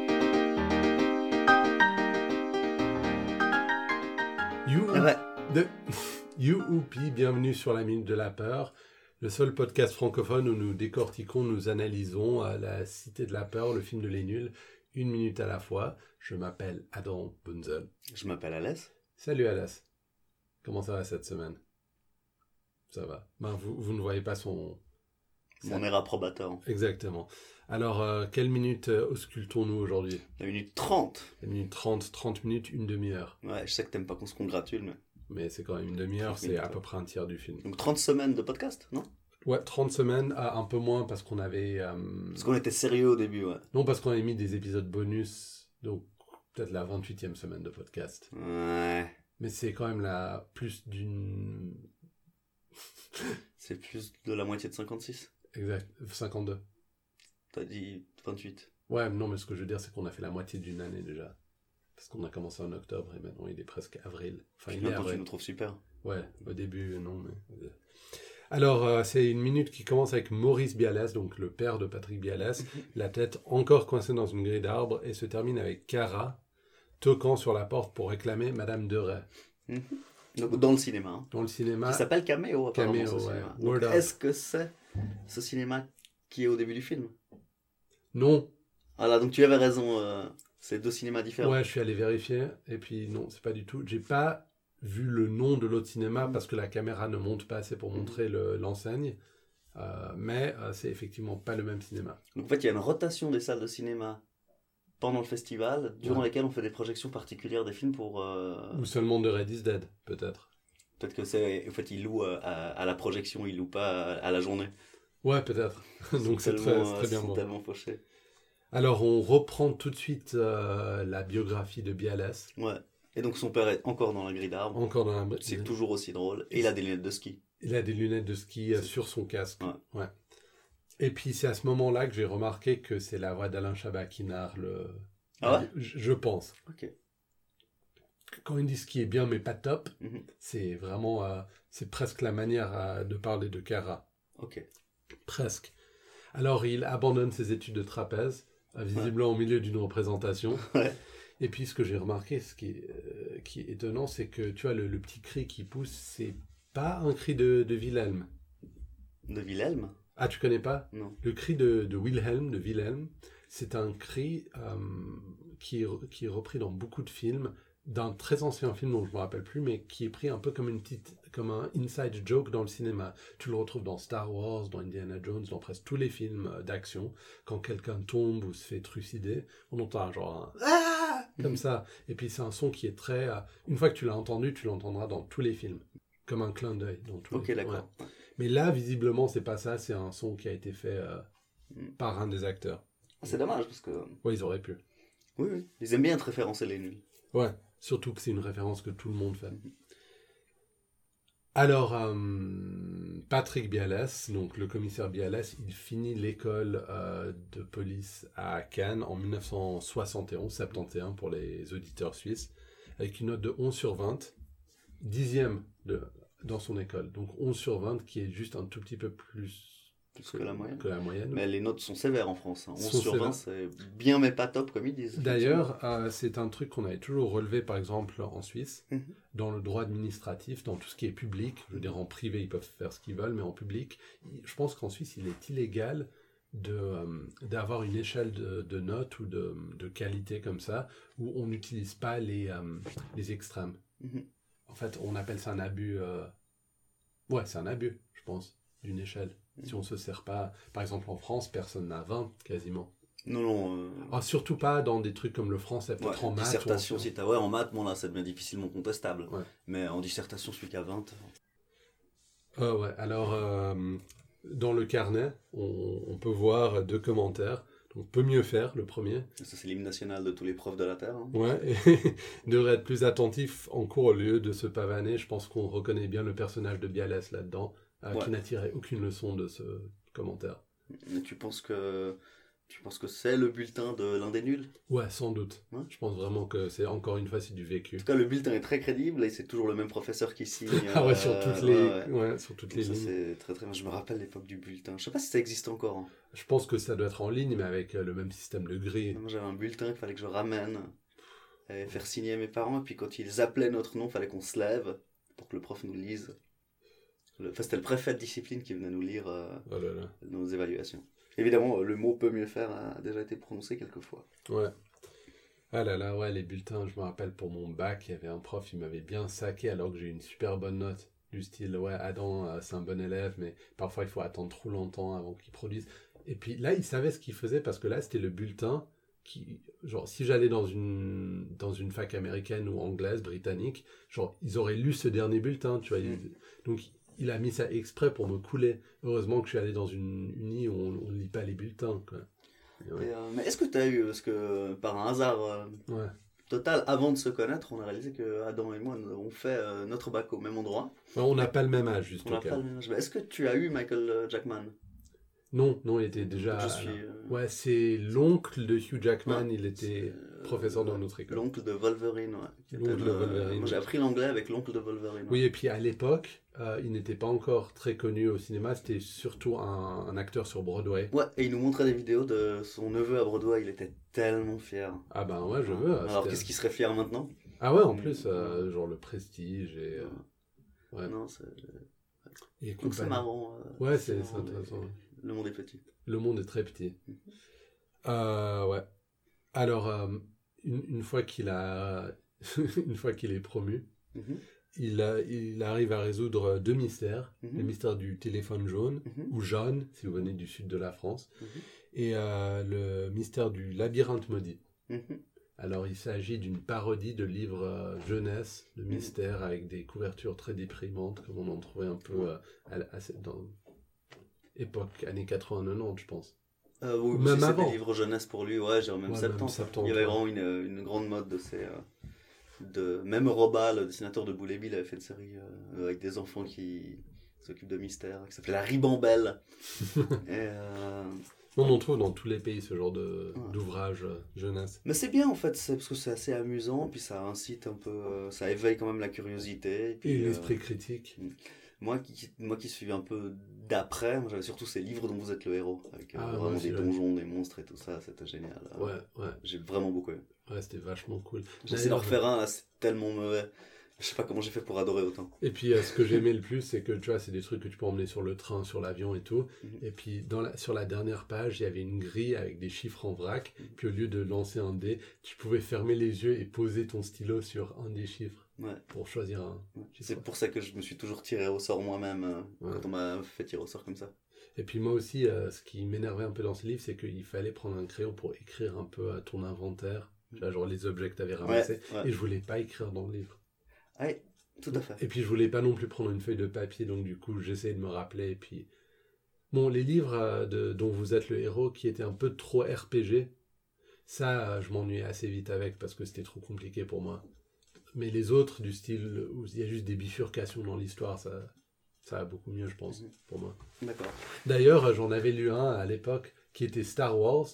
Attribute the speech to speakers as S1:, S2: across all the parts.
S1: Ah
S2: Youpi, bienvenue sur la Minute de la Peur, le seul podcast francophone où nous décortiquons, nous analysons à la Cité de la Peur, le film de Les Nuls, une minute à la fois. Je m'appelle Adam Bunzel.
S1: Je m'appelle Alès.
S2: Salut Alas, comment ça va cette semaine Ça va. Ben, vous, vous ne voyez pas son...
S1: Mon air approbateur.
S2: Exactement. Alors, euh, quelle minute euh, auscultons-nous aujourd'hui
S1: La minute 30.
S2: La minute 30, 30 minutes, une demi-heure.
S1: Ouais, je sais que t'aimes pas qu'on se congratule, mais.
S2: Mais c'est quand même une demi-heure,
S1: 30
S2: c'est
S1: minutes,
S2: à
S1: ouais.
S2: peu près un tiers du film.
S1: Donc 30 semaines de podcast,
S2: Mm.
S1: non
S2: Ouais, 30 semaines, à un peu moins parce qu'on avait... euh,
S1: Parce qu'on était sérieux au début, ouais.
S2: Non, parce qu'on a mis des épisodes bonus, donc peut-être la 28e semaine de podcast.
S1: Ouais.
S2: Mais c'est quand même la plus d'une...
S1: C'est plus de la moitié de 56.
S2: Exact, 52.
S1: T'as dit 28.
S2: Ouais, non, mais ce que je veux dire, c'est qu'on a fait la moitié d'une année déjà. Parce qu'on a commencé en octobre et maintenant il est presque avril. Enfin,
S1: Puis
S2: il est
S1: maintenant, tu
S2: avril.
S1: nous trouves super.
S2: Ouais, au début, non, mais... euh. Alors, euh, c'est une minute qui commence avec Maurice Bialas, donc le père de Patrick Bialas, la tête encore coincée dans une grille d'arbre, et se termine avec Cara toquant sur la porte pour réclamer Madame de Ray.
S1: Donc dans le cinéma. Hein.
S2: Dans le cinéma,
S1: Il s'appelle Cameo, apparemment.
S2: Cameo,
S1: ce
S2: ouais.
S1: cinéma. Donc,
S2: Word up.
S1: Est-ce que c'est ce cinéma qui est au début du film
S2: non.
S1: Voilà, donc tu avais raison. euh, c'est deux cinémas différents.
S2: Ouais, je suis allé vérifier, et puis non, c'est pas du tout. J'ai pas vu le nom de l'autre cinéma parce que la caméra ne monte pas assez pour montrer le- l'enseigne, Euh, mais euh, c'est effectivement pas le même cinéma.
S1: Donc en fait, il y a une rotation des salles de cinéma pendant le festival, durant
S2: Ouais.
S1: lesquelles on fait des projections particulières des films pour... euh,
S2: Ou seulement de Red is Dead, peut-être.
S1: Peut-être que c'est... En fait, ils louent euh, à, à la projection, ils louent pas à, à la journée.
S2: Ouais, peut-être. Donc c'est très,
S1: Tellement,
S2: c'est
S1: euh,
S2: très bien
S1: c'est
S2: moi.
S1: tellement fauché.
S2: Alors on reprend tout de suite euh, la biographie de Bialas,
S1: Ouais. Et donc son père est encore dans la grille d'arbre.
S2: encore dans la...
S1: C'est toujours aussi drôle. Et il a des lunettes de ski.
S2: Il a des lunettes de ski euh, sur son casque.
S1: Ouais.
S2: Ouais. Et puis c'est à ce moment-là que j'ai remarqué que c'est la voix d'Alain Chabat qui narre le...
S1: Ah ouais
S2: je, je pense.
S1: Ok.
S2: Quand il dit ce qui est bien mais pas top,
S1: Mhm.
S2: c'est vraiment... euh, c'est presque la manière euh, de parler de Cara.
S1: Ok.
S2: Presque. Alors il abandonne ses études de trapèze, euh, visiblement au milieu d'une représentation.
S1: Ouais.
S2: Et puis ce que j'ai remarqué, ce qui est, euh, qui est étonnant, c'est que tu vois, le, le petit cri qui pousse, c'est pas un cri de, de Wilhelm.
S1: De Wilhelm
S2: Ah, tu connais pas
S1: Non.
S2: Le cri de, de Wilhelm, de Wilhelm, c'est un cri euh, qui, est- qui est repris dans beaucoup de films, d'un très ancien film dont je me rappelle plus, mais qui est pris un peu comme une petite, comme un inside joke dans le cinéma. Tu le retrouves dans Star Wars, dans Indiana Jones, dans presque tous les films euh, d'action. Quand quelqu'un tombe ou se fait trucider, on entend un genre un Ah comme
S1: Mhm.
S2: ça. Et puis c'est un son qui est très. euh, une fois que tu l'as entendu, tu l'entendras dans tous les films, comme un clin d'œil dans tous
S1: Ok,
S2: les films. Ouais.
S1: d'accord.
S2: Mais là, visiblement, c'est pas ça, c'est un son qui a été fait euh,
S1: Mm.
S2: par un des acteurs.
S1: C'est dommage parce que...
S2: Ouais, ils auraient pu.
S1: Oui, oui. Ils aiment bien te référencer les nuls.
S2: Ouais, surtout que c'est une référence que tout le monde fait.
S1: Mhm.
S2: Alors, euh, Patrick Bialas, donc le commissaire Bialas, il finit l'école euh, de police à Cannes en 1971-71 pour les auditeurs suisses, avec une note de 11 sur 20, dixième de, dans son école. Donc 11 sur 20 qui est juste un tout petit peu plus
S1: Plus que la moyenne.
S2: Que la moyenne.
S1: Mais les notes sont sévères en France. hein. 11
S2: Sont
S1: sur 20, c'est bien mais pas top, comme ils disent.
S2: D'ailleurs, euh, c'est un truc qu'on avait toujours relevé, par exemple, en Suisse,
S1: Mhm.
S2: dans le droit administratif, dans tout ce qui est public. Je veux dire, en privé, ils peuvent faire ce qu'ils veulent, mais en public, il- je pense qu'en Suisse, il est illégal de, euh, d'avoir une échelle de, de notes ou de, de qualité comme ça, où on n'utilise pas les, euh, les extrêmes.
S1: Mhm.
S2: En fait, on appelle ça un abus. euh, Ouais, c'est un abus, je pense, d'une échelle.
S1: Mhm.
S2: Si on se sert pas, par exemple en France, personne n'a 20 quasiment.
S1: Non, non. euh,
S2: Ah, surtout pas dans des trucs comme le français,
S1: ouais,
S2: peut-être en maths.
S1: dissertation,
S2: ou en-
S1: si t'as. Ouais, en maths, bon là, ça devient difficilement contestable.
S2: Ouais.
S1: Mais en dissertation, celui qui a 20.
S2: Ah ouais, alors, euh, dans le carnet, on, on peut voir deux commentaires. Donc, peut mieux faire, le premier.
S1: Ça, c'est l'hymne national de tous les profs de la Terre. hein.
S2: Ouais, et devrait être plus attentif en cours au lieu de se pavaner. Je pense qu'on reconnaît bien le personnage de Bialès là-dedans, euh,
S1: Ouais.
S2: qui n'a tiré aucune leçon de ce commentaire.
S1: Mais tu penses que. Tu penses que c'est le bulletin de l'un des nuls
S2: Ouais, sans doute.
S1: Ouais. Euh,
S2: Je pense vraiment que c'est encore une fois, c'est du vécu.
S1: En tout cas, le bulletin est très crédible et c'est toujours le même professeur qui signe.
S2: Ah ouais,
S1: euh,
S2: sur toutes
S1: ouais,
S2: les,
S1: ouais.
S2: ouais, sur toutes les
S1: Ça,
S2: lignes.
S1: c'est très très. Je me rappelle l'époque du bulletin. Je sais pas si ça existe encore. hein.
S2: Je pense que ça doit être en ligne, mais avec euh, le même système de grille.
S1: Moi, j'avais un bulletin qu'il fallait que je ramène et faire signer à mes parents. Et puis quand ils appelaient notre nom, il fallait qu'on se lève pour que le prof nous lise. Le- Enfin, c'était le préfet de discipline qui venait nous lire euh,
S2: Oh là là.
S1: nos évaluations. Évidemment, euh, le mot peut mieux faire a déjà été prononcé quelques fois.
S2: Ouais. Ah là là, ouais, les bulletins, je me rappelle pour mon bac, il y avait un prof, il m'avait bien saqué alors que j'ai eu une super bonne note. Du style, ouais, Adam, euh, c'est un bon élève, mais parfois il faut attendre trop longtemps avant qu'il produise. Et puis là, il savait ce qu'il faisait parce que là, c'était le bulletin qui, genre, si j'allais dans une, dans une fac américaine ou anglaise, britannique, genre, ils auraient lu ce dernier bulletin, tu vois. ils- donc, il a mis ça exprès pour me couler. Heureusement que je suis allé dans une uni où on- on ne lit pas les bulletins, quoi. Et ouais.
S1: Et, euh, mais est-ce que tu as eu, parce que par un hasard euh,
S2: Ouais.
S1: total, avant de se connaître, on a réalisé que Adam et moi, nous avons fait euh, notre bac au même endroit.
S2: Ouais, on n'a pas le même âge, juste au
S1: On n'a
S2: cas.
S1: pas le même âge. Mais Est-ce que tu as eu Michael euh, Jackman
S2: Non, non, il était déjà.
S1: Je suis. euh,
S2: Ouais, c'est l'oncle de Hugh Jackman,
S1: Ouais,
S2: il était
S1: euh,
S2: professeur dans notre école.
S1: L'oncle de Wolverine, ouais. qui était
S2: L'oncle de
S1: le-
S2: Wolverine.
S1: Moi, j'ai appris l'anglais avec l'oncle de Wolverine.
S2: Oui, et puis à l'époque, euh, il n'était pas encore très connu au cinéma, c'était surtout un, un acteur sur Broadway.
S1: Ouais, et il nous montrait des vidéos de son neveu à Broadway, il était tellement fier.
S2: Ah ben ouais, je veux. euh,
S1: Alors
S2: c'était-
S1: qu'est-ce qu'il serait fier maintenant
S2: Ah ouais, en plus, euh, genre le prestige et. euh, ouais.
S1: Non, c'est
S2: et
S1: donc c'est
S2: compagnie.
S1: marrant. euh,
S2: Ouais, c'est c'est
S1: marrant, mais
S2: intéressant.
S1: Le monde est petit.
S2: Le monde est très petit.
S1: Mhm.
S2: Euh, ouais. Alors, euh, une, une fois qu'il a. une fois qu'il est promu,
S1: Mhm,
S2: il, a- il arrive à résoudre deux mystères.
S1: mhm,
S2: Le mystère du téléphone jaune,
S1: mhm.
S2: ou jaune, si vous venez du sud de la France,
S1: Mhm.
S2: et euh, le mystère du labyrinthe maudit.
S1: Mhm.
S2: Alors, il s'agit d'une parodie de livres euh, jeunesse,
S1: Mhm.
S2: de mystères, avec des couvertures très déprimantes, comme on en trouvait un peu euh, à, la- à cette- dans époque années 80-90, je pense.
S1: Euh, oui,
S2: Ou
S1: oui,
S2: même
S1: si c'est
S2: avant.
S1: des livres jeunesse pour lui, ouais, j'ai même
S2: Ouais,
S1: ça le
S2: même
S1: temps.
S2: septembre,
S1: Il y avait
S2: ouais.
S1: vraiment une, euh, une grande mode de ces. euh, de... Même Roba, le dessinateur de Boulet Bill, avait fait une série euh, avec des enfants qui s'occupent de mystères, qui s'appelait La Ribambelle. Et, euh,
S2: On en trouve dans tous les pays ce genre de-
S1: Ouais.
S2: d'ouvrage euh, jeunesse.
S1: Mais c'est bien en fait, c'est parce que c'est assez amusant, puis ça incite un peu, euh, ça éveille quand même la curiosité. Et, puis,
S2: Et
S1: euh,
S2: l'esprit critique.
S1: moi, qui, moi qui suis un peu d'après, moi, j'avais surtout ces livres dont vous êtes le héros, avec euh,
S2: Ah, moi
S1: vraiment
S2: aussi,
S1: des
S2: ouais.
S1: donjons, des monstres et tout ça, c'était génial. Euh,
S2: Ouais, ouais,
S1: J'ai vraiment beaucoup aimé.
S2: ouais, c'était vachement cool.
S1: J'essaie d'en
S2: D'ailleurs,
S1: refaire un, là, c'est tellement mauvais. Je sais pas comment j'ai fait pour adorer autant.
S2: Et puis, euh, ce que j'aimais le plus, c'est que tu vois, c'est des trucs que tu peux emmener sur le train, sur l'avion et tout.
S1: Mhm.
S2: Et puis, dans la- sur la dernière page, il y avait une grille avec des chiffres en vrac.
S1: Mhm.
S2: Puis, au lieu de lancer un dé, tu pouvais fermer les yeux et poser ton stylo sur un des chiffres
S1: Ouais.
S2: pour choisir un.
S1: C'est pour ça que je me suis toujours tiré au sort moi-même, euh,
S2: Ouais.
S1: quand on m'a fait tirer au sort comme ça.
S2: Et puis, moi aussi, euh, ce qui m'énervait un peu dans ce livre, c'est qu'il fallait prendre un crayon pour écrire un peu à ton inventaire. Tu vois, genre les objets que tu avais
S1: Mhm. Ouais,
S2: ramassés.
S1: ouais.
S2: Ah Et je voulais pas écrire dans le livre.
S1: Ouais, tout à fait.
S2: Et puis je voulais pas non plus prendre une feuille de papier, donc du coup j'essayais de me rappeler. Et puis bon, les livres euh, de- dont vous êtes le héros qui étaient un peu trop RPG, ça euh, je m'ennuyais assez vite avec parce que c'était trop compliqué pour moi. Mais les autres du style où il y a juste des bifurcations dans l'histoire, ça ça va beaucoup mieux je pense
S1: Mhm.
S2: pour moi.
S1: D'accord.
S2: D'ailleurs euh, j'en avais lu un à l'époque qui était Star Wars,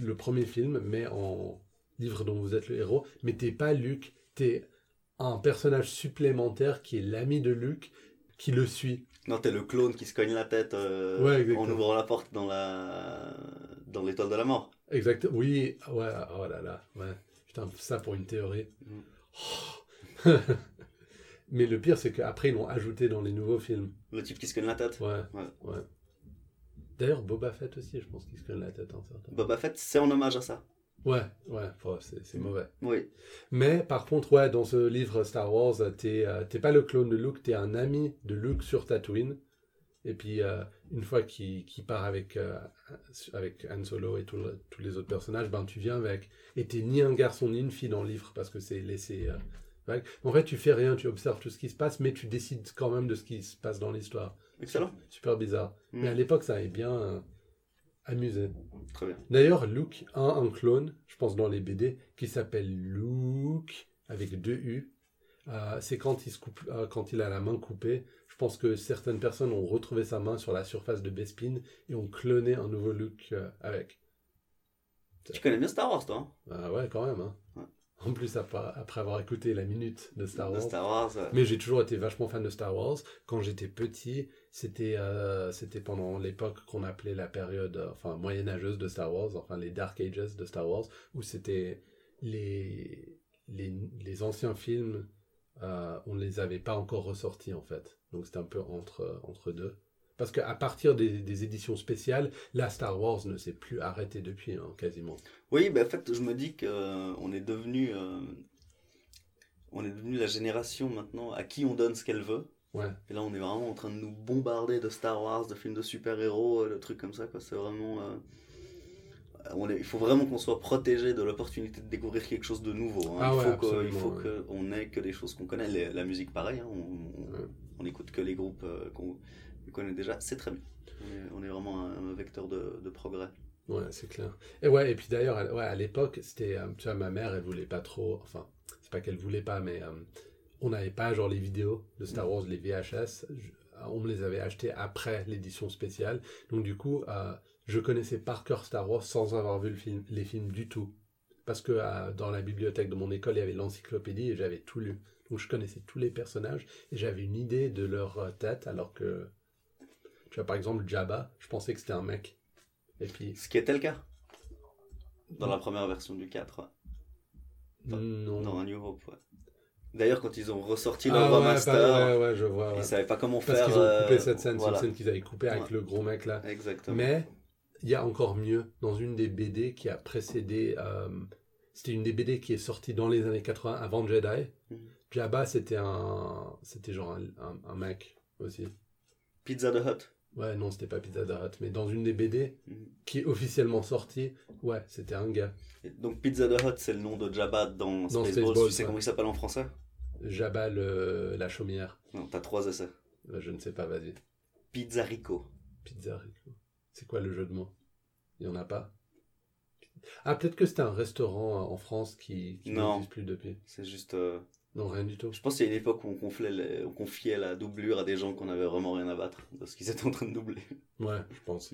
S2: le premier film, mais en livre dont vous êtes le héros, mais t'es pas Luke, t'es un personnage supplémentaire qui est l'ami de Luke, qui le suit.
S1: Non, t'es le clone qui se cogne la tête euh,
S2: Ouais, exactement.
S1: en ouvrant la porte dans la dans l'étoile de la mort.
S2: Exact. Oui, ouais, oh là là, ouais. Putain, ça pour une théorie.
S1: Mm.
S2: Oh. mais le pire, c'est qu'après, ils l'ont ajouté dans les nouveaux films.
S1: Le type qui se cogne la tête.
S2: Ouais, ouais.
S1: Ouais.
S2: D'ailleurs, Boba Fett aussi, je pense qu'il se cogne la tête un certain.
S1: Boba Fett, c'est en hommage à ça.
S2: Ouais, ouais, oh, c'est c'est mauvais.
S1: Oui.
S2: Mais par contre, ouais, dans ce livre Star Wars, euh, t'es euh, t'es pas le clone de Luke, t'es un ami de Luke sur Tatooine. Et puis, euh, une fois qu'il qu'il part avec, euh, avec Han Solo et tout le- tous les autres personnages, ben tu viens avec. Et t'es ni un garçon ni une fille dans le livre parce que c'est laissé. euh, vague. En fait, tu fais rien, tu observes tout ce qui se passe, mais tu décides quand même de ce qui se passe dans l'histoire.
S1: Excellent.
S2: Super bizarre.
S1: Mm.
S2: Mais à l'époque, ça avait bien euh, amusé.
S1: Très bien.
S2: D'ailleurs, Luke a un clone, je pense dans les BD, qui s'appelle Luke avec deux U. Euh, c'est quand il se coupe, euh, quand il a la main coupée. Je pense que certaines personnes ont retrouvé sa main sur la surface de Bespin et ont cloné un nouveau Luke euh, avec.
S1: Tu connais bien Star Wars, toi hein
S2: Ah ouais, quand même. hein.
S1: Ouais.
S2: En plus, après, après avoir écouté la minute de Star
S1: De
S2: Wars.
S1: Star Wars. euh,
S2: Mais j'ai toujours été vachement fan de Star Wars. Quand j'étais petit, c'était euh, c'était pendant l'époque qu'on appelait la période euh, enfin moyenâgeuse de Star Wars, enfin les Dark Ages de Star Wars, où c'était les, les les anciens films euh, on ne les avait pas encore ressortis en fait. Donc c'était un peu entre, entre deux. Parce qu'à partir des, des éditions spéciales, la Star Wars ne s'est plus arrêtée depuis, hein, quasiment.
S1: Oui, bah, en fait, je me dis qu'on est devenu. euh, on est devenu la génération maintenant à qui on donne ce qu'elle veut.
S2: Ouais.
S1: Et là, on est vraiment en train de nous bombarder de Star Wars, de films de super-héros, euh, de trucs comme ça. quoi. C'est vraiment. euh, on est- il faut vraiment qu'on soit protégé de l'opportunité de découvrir quelque chose de nouveau. hein.
S2: Ah
S1: il
S2: ouais,
S1: faut que- il
S2: absolument,
S1: faut
S2: ouais.
S1: qu'on ait que des choses qu'on connaît. Les- la musique, pareil. hein, on, on-
S2: Ouais.
S1: on écoute que les groupes euh, qu'on connaît déjà. C'est très bien. On est, on est vraiment un, un vecteur de, de progrès.
S2: Ouais, c'est clair. Et ouais, et puis d'ailleurs, elle- ouais, à l'époque, c'était, euh, tu vois, ma mère, elle voulait pas trop, enfin, c'est pas qu'elle voulait pas, mais euh, on n'avait pas genre les vidéos de Star Wars, les VHS, je- euh, on me les avait achetées après l'édition spéciale, donc du coup, euh, je connaissais par cœur Star Wars sans avoir vu le film, les films du tout, parce que euh, dans la bibliothèque de mon école, il y avait l'encyclopédie et j'avais tout lu, donc je connaissais tous les personnages et j'avais une idée de leur euh, tête, alors que, tu vois, par exemple, Jabba, je pensais que c'était un mec. Et puis,
S1: Ce qui était le cas dans la première version du 4. ouais. Dans-
S2: Non.
S1: Dans un New Hope, ouais. D'ailleurs, quand ils ont ressorti leur
S2: Ah ouais,
S1: remaster,
S2: bah, ouais, ouais, je vois. ouais.
S1: ils savaient pas comment
S2: Parce
S1: faire.
S2: qu'ils ont coupé
S1: euh,
S2: cette scène,
S1: voilà.
S2: c'est une scène qu'ils avaient coupée avec
S1: Ouais.
S2: le gros mec là.
S1: Exactement.
S2: Mais il y a encore mieux dans une des BD qui a précédé. euh, c'était une des BD qui est sortie dans les années 80 avant Jedi.
S1: Mhm.
S2: Jabba, c'était un, c'était genre un, un- un mec aussi.
S1: Pizza de Hut.
S2: Ouais, non, c'était pas Pizza Hut, mais dans une des BD
S1: Mhm.
S2: qui est officiellement sortie, ouais, c'était un gars.
S1: Et Donc Pizza de Hut, c'est le nom de Jabba dans,
S2: Dans
S1: Spaceballs.
S2: Spaceballs,
S1: Tu sais
S2: ouais.
S1: comment il s'appelle en français
S2: Jabba le, euh, la chaumière.
S1: Non, t'as trois essais.
S2: Euh, Je ne sais pas, vas-y.
S1: Pizza Rico.
S2: Pizza Rico. C'est quoi le jeu de mots Il n'y en a pas Ah, peut-être que c'était un restaurant euh, en France qui, qui
S1: Non.
S2: n'existe plus depuis.
S1: C'est juste. euh,
S2: Non, rien du tout.
S1: Je pense qu'il y a une époque où on, conflait les- on confiait la doublure à des gens qu'on avait vraiment rien à battre de ce qu'ils étaient en train de doubler.
S2: Ouais, je pense.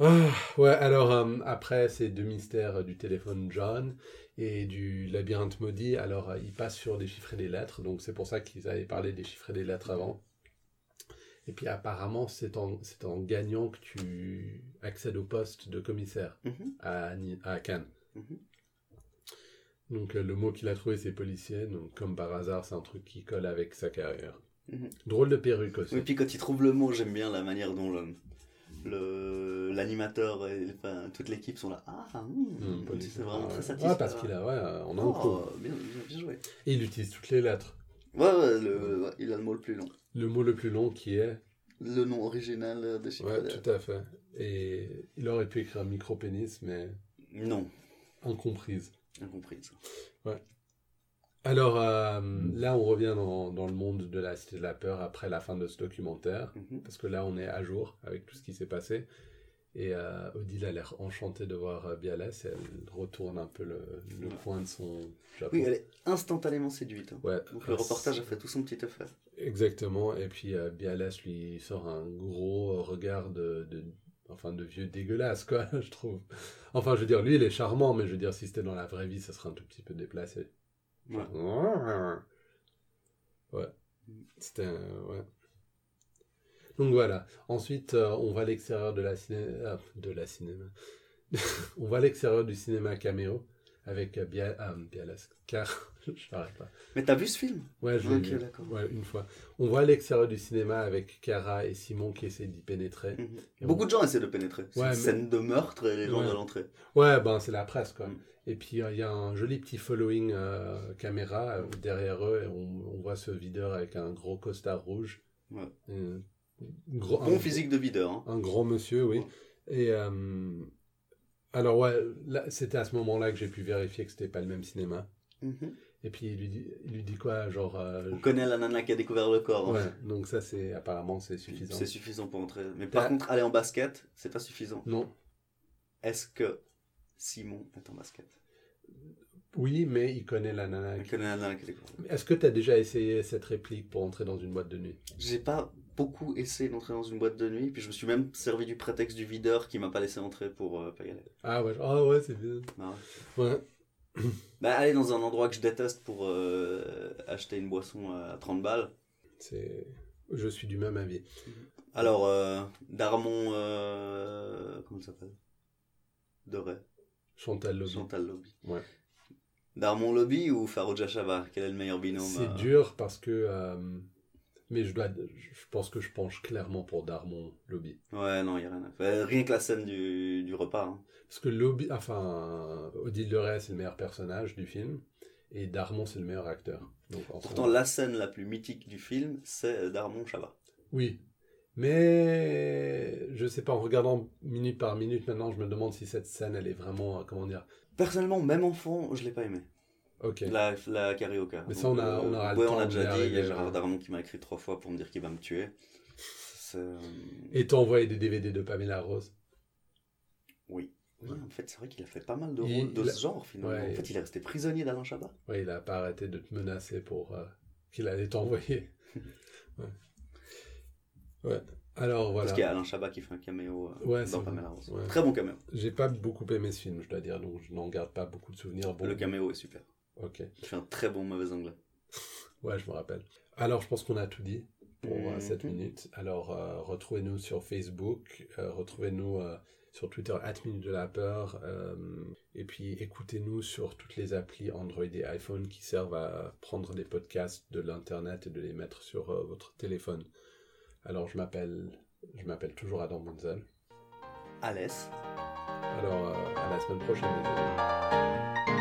S2: Ah, ouais, alors euh, après ces deux mystères euh, du téléphone John et du labyrinthe maudit, alors euh, ils passent sur des chiffres et des lettres, donc c'est pour ça qu'ils avaient parlé des chiffres et des lettres avant. Et puis apparemment, c'est en, c'est en gagnant que tu accèdes au poste de commissaire.
S1: Mhm.
S2: à, Ni- à Cannes.
S1: Mhm.
S2: Donc euh, le mot qu'il a trouvé c'est policier, donc comme par hasard c'est un truc qui colle avec sa carrière.
S1: Mhm.
S2: Drôle de perruque aussi.
S1: Oui, puis quand ils trouvent le mot, j'aime bien la manière dont le- le- l'animateur et enfin, toute l'équipe sont là. Ah,
S2: Hum,
S1: hum,
S2: policier.
S1: c'est
S2: Ah,
S1: vraiment
S2: ouais.
S1: très
S2: Ah,
S1: satisfaisant.
S2: parce qu'il a, ouais, euh, on a un coup.
S1: Oh, bien, bien- bien joué.
S2: Et il utilise toutes les lettres.
S1: Ouais, ouais, le- ouais, il a le mot le plus long.
S2: Le mot le plus long qui est.
S1: Le nom original de Chiffre
S2: Ouais,
S1: de-
S2: tout à fait. Et il aurait pu écrire micro-pénis, mais
S1: Non,
S2: incomprise.
S1: incompris. ça.
S2: Alors euh,
S1: Mmh.
S2: là, on revient dans, dans le monde de la Cité de la Peur après la fin de ce documentaire.
S1: Mhm.
S2: parce que là on est à jour avec tout ce qui s'est passé. Et euh, Odile a l'air enchantée de voir euh, Bialès, elle retourne un peu le, le
S1: Ouais.
S2: coin de son chapeau.
S1: Oui, elle est instantanément séduite. hein.
S2: Ouais,
S1: Donc
S2: euh,
S1: le reportage a fait tout son petit effet.
S2: Exactement, et puis euh, Bialès lui sort un gros euh, regard de, de- enfin, de vieux dégueulasse, quoi, je trouve. Enfin, je veux dire, lui il est charmant, mais je veux dire, si c'était dans la vraie vie, ça serait un tout petit peu déplacé.
S1: Ouais.
S2: Ouais. C'était. euh, ouais. Donc voilà. Ensuite, euh, on va à l'extérieur de la ciné... ah, de la cinéma. on va à l'extérieur du cinéma caméo avec euh, Bia... ah, Bialas- Car. je n'arrête pas.
S1: Mais t'as vu ce film
S2: Ouais, je l'ai
S1: Ok,
S2: vu.
S1: d'accord.
S2: Ouais, une fois. On va à l'extérieur du cinéma avec Cara et Simon qui essaient d'y pénétrer.
S1: Mhm.
S2: Et
S1: Beaucoup
S2: on-
S1: de gens essaient de pénétrer. C'est
S2: Ouais,
S1: une
S2: mais-
S1: scène de meurtre et les gens
S2: Ouais.
S1: de l'entrée.
S2: Ouais, ben c'est la presse quoi.
S1: Mm.
S2: Et puis il y a un joli petit following euh, caméra euh, derrière eux et on, on voit ce videur avec un gros costard rouge.
S1: Ouais.
S2: Euh, gros-
S1: Bon
S2: un-
S1: physique de videur. hein.
S2: Un grand monsieur, oui.
S1: Ouais.
S2: Et euh, alors ouais, là, c'était à ce moment-là que j'ai pu vérifier que c'était pas le même cinéma.
S1: Mhm.
S2: Et puis il lui dit, il lui dit quoi, genre. euh,
S1: On connaît la nana qui a découvert le corps. hein.
S2: ouais, donc ça c'est apparemment c'est suffisant. Bah,
S1: C'est suffisant pour entrer. Mais par
S2: T'as-
S1: contre, aller en basket, c'est pas suffisant.
S2: Non,
S1: Est-ce que Simon est en basket
S2: oui, mais il connaît la nana.
S1: On connaît la nana qui a découvert.
S2: Est-ce que tu as déjà essayé cette réplique pour entrer dans une boîte de nuit
S1: J'ai pas beaucoup essayé d'entrer dans une boîte de nuit, puis je me suis même servi du prétexte du videur qui m'a pas laissé entrer pour euh, pas y aller.
S2: Ah ouais, genre, ah ouais, c'est bien.
S1: Marrant.
S2: Ouais.
S1: Bah, aller dans un endroit que je déteste pour euh, acheter une boisson à 30 balles.
S2: C'est... Je suis du même avis.
S1: Alors, euh, Darmon. euh, comment ça s'appelle Doré.
S2: Chantal Lobby.
S1: Chantal Lobby.
S2: Ouais.
S1: Darmon Lobby ou Faroja Chavar Quel est le meilleur binôme
S2: C'est
S1: euh,
S2: dur parce que. euh, mais je, dois, je pense que je penche clairement pour Darmon Lobby.
S1: Ouais, non, il n'y a rien à faire. Rien que la scène du, du repas. hein.
S2: Parce que Lobby. Enfin, Odile de Rey, c'est le meilleur personnage du film. Et Darmon, c'est le meilleur acteur. Donc, en
S1: Pourtant, la scène la plus mythique du film, c'est euh, Darmon Chavar.
S2: Oui. Mais je sais pas, en regardant minute par minute maintenant, je me demande si cette scène, elle est vraiment, euh, comment dire,
S1: Personnellement, même enfant, je l'ai pas aimé.
S2: ok.
S1: La, la carioca.
S2: Mais ça, on a-
S1: Donc, euh,
S2: on aura le
S1: ouais,
S2: temps
S1: on a
S2: d'y
S1: déjà dit. Il y
S2: arriver,
S1: a Gérard
S2: ouais.
S1: Darmon qui m'a écrit trois fois pour me dire qu'il va me tuer. C'est, euh,
S2: Et t'as envoyé des DVD de Pamela Rose.
S1: oui, en fait, c'est vrai qu'il a fait pas mal de
S2: Il-
S1: rôles de
S2: il a-
S1: ce genre, finalement.
S2: Ouais.
S1: En fait, il est resté prisonnier d'Alain Chabat.
S2: Ouais, il a pas arrêté de te menacer pour euh, qu'il allait t'envoyer. ouais. Ouais. Alors
S1: Parce qu'il y
S2: voilà.
S1: a Alain Chabat qui fait un caméo euh,
S2: Ouais, c'est
S1: dans
S2: vrai.
S1: Pamela Rose.
S2: Ouais.
S1: Très bon caméo.
S2: J'ai pas beaucoup aimé ce film, je dois dire, donc je n'en garde pas beaucoup de souvenirs. Bon,
S1: Le caméo est super.
S2: ok.
S1: Il fait un très bon mauvais anglais.
S2: Ouais, je me rappelle. Alors, je pense qu'on a tout dit pour euh,
S1: Mhm.
S2: cette minute. Alors, euh, retrouvez-nous sur Facebook, euh, retrouvez-nous euh, sur Twitter, Minute de la Peur, euh, et puis écoutez-nous sur toutes les applis Android et iPhone qui servent à prendre des podcasts de l'Internet et de les mettre sur euh, votre téléphone. Alors, je m'appelle, je m'appelle toujours Adam Bunzel.
S1: Alès.
S2: Alors, euh, à la semaine prochaine, les amis.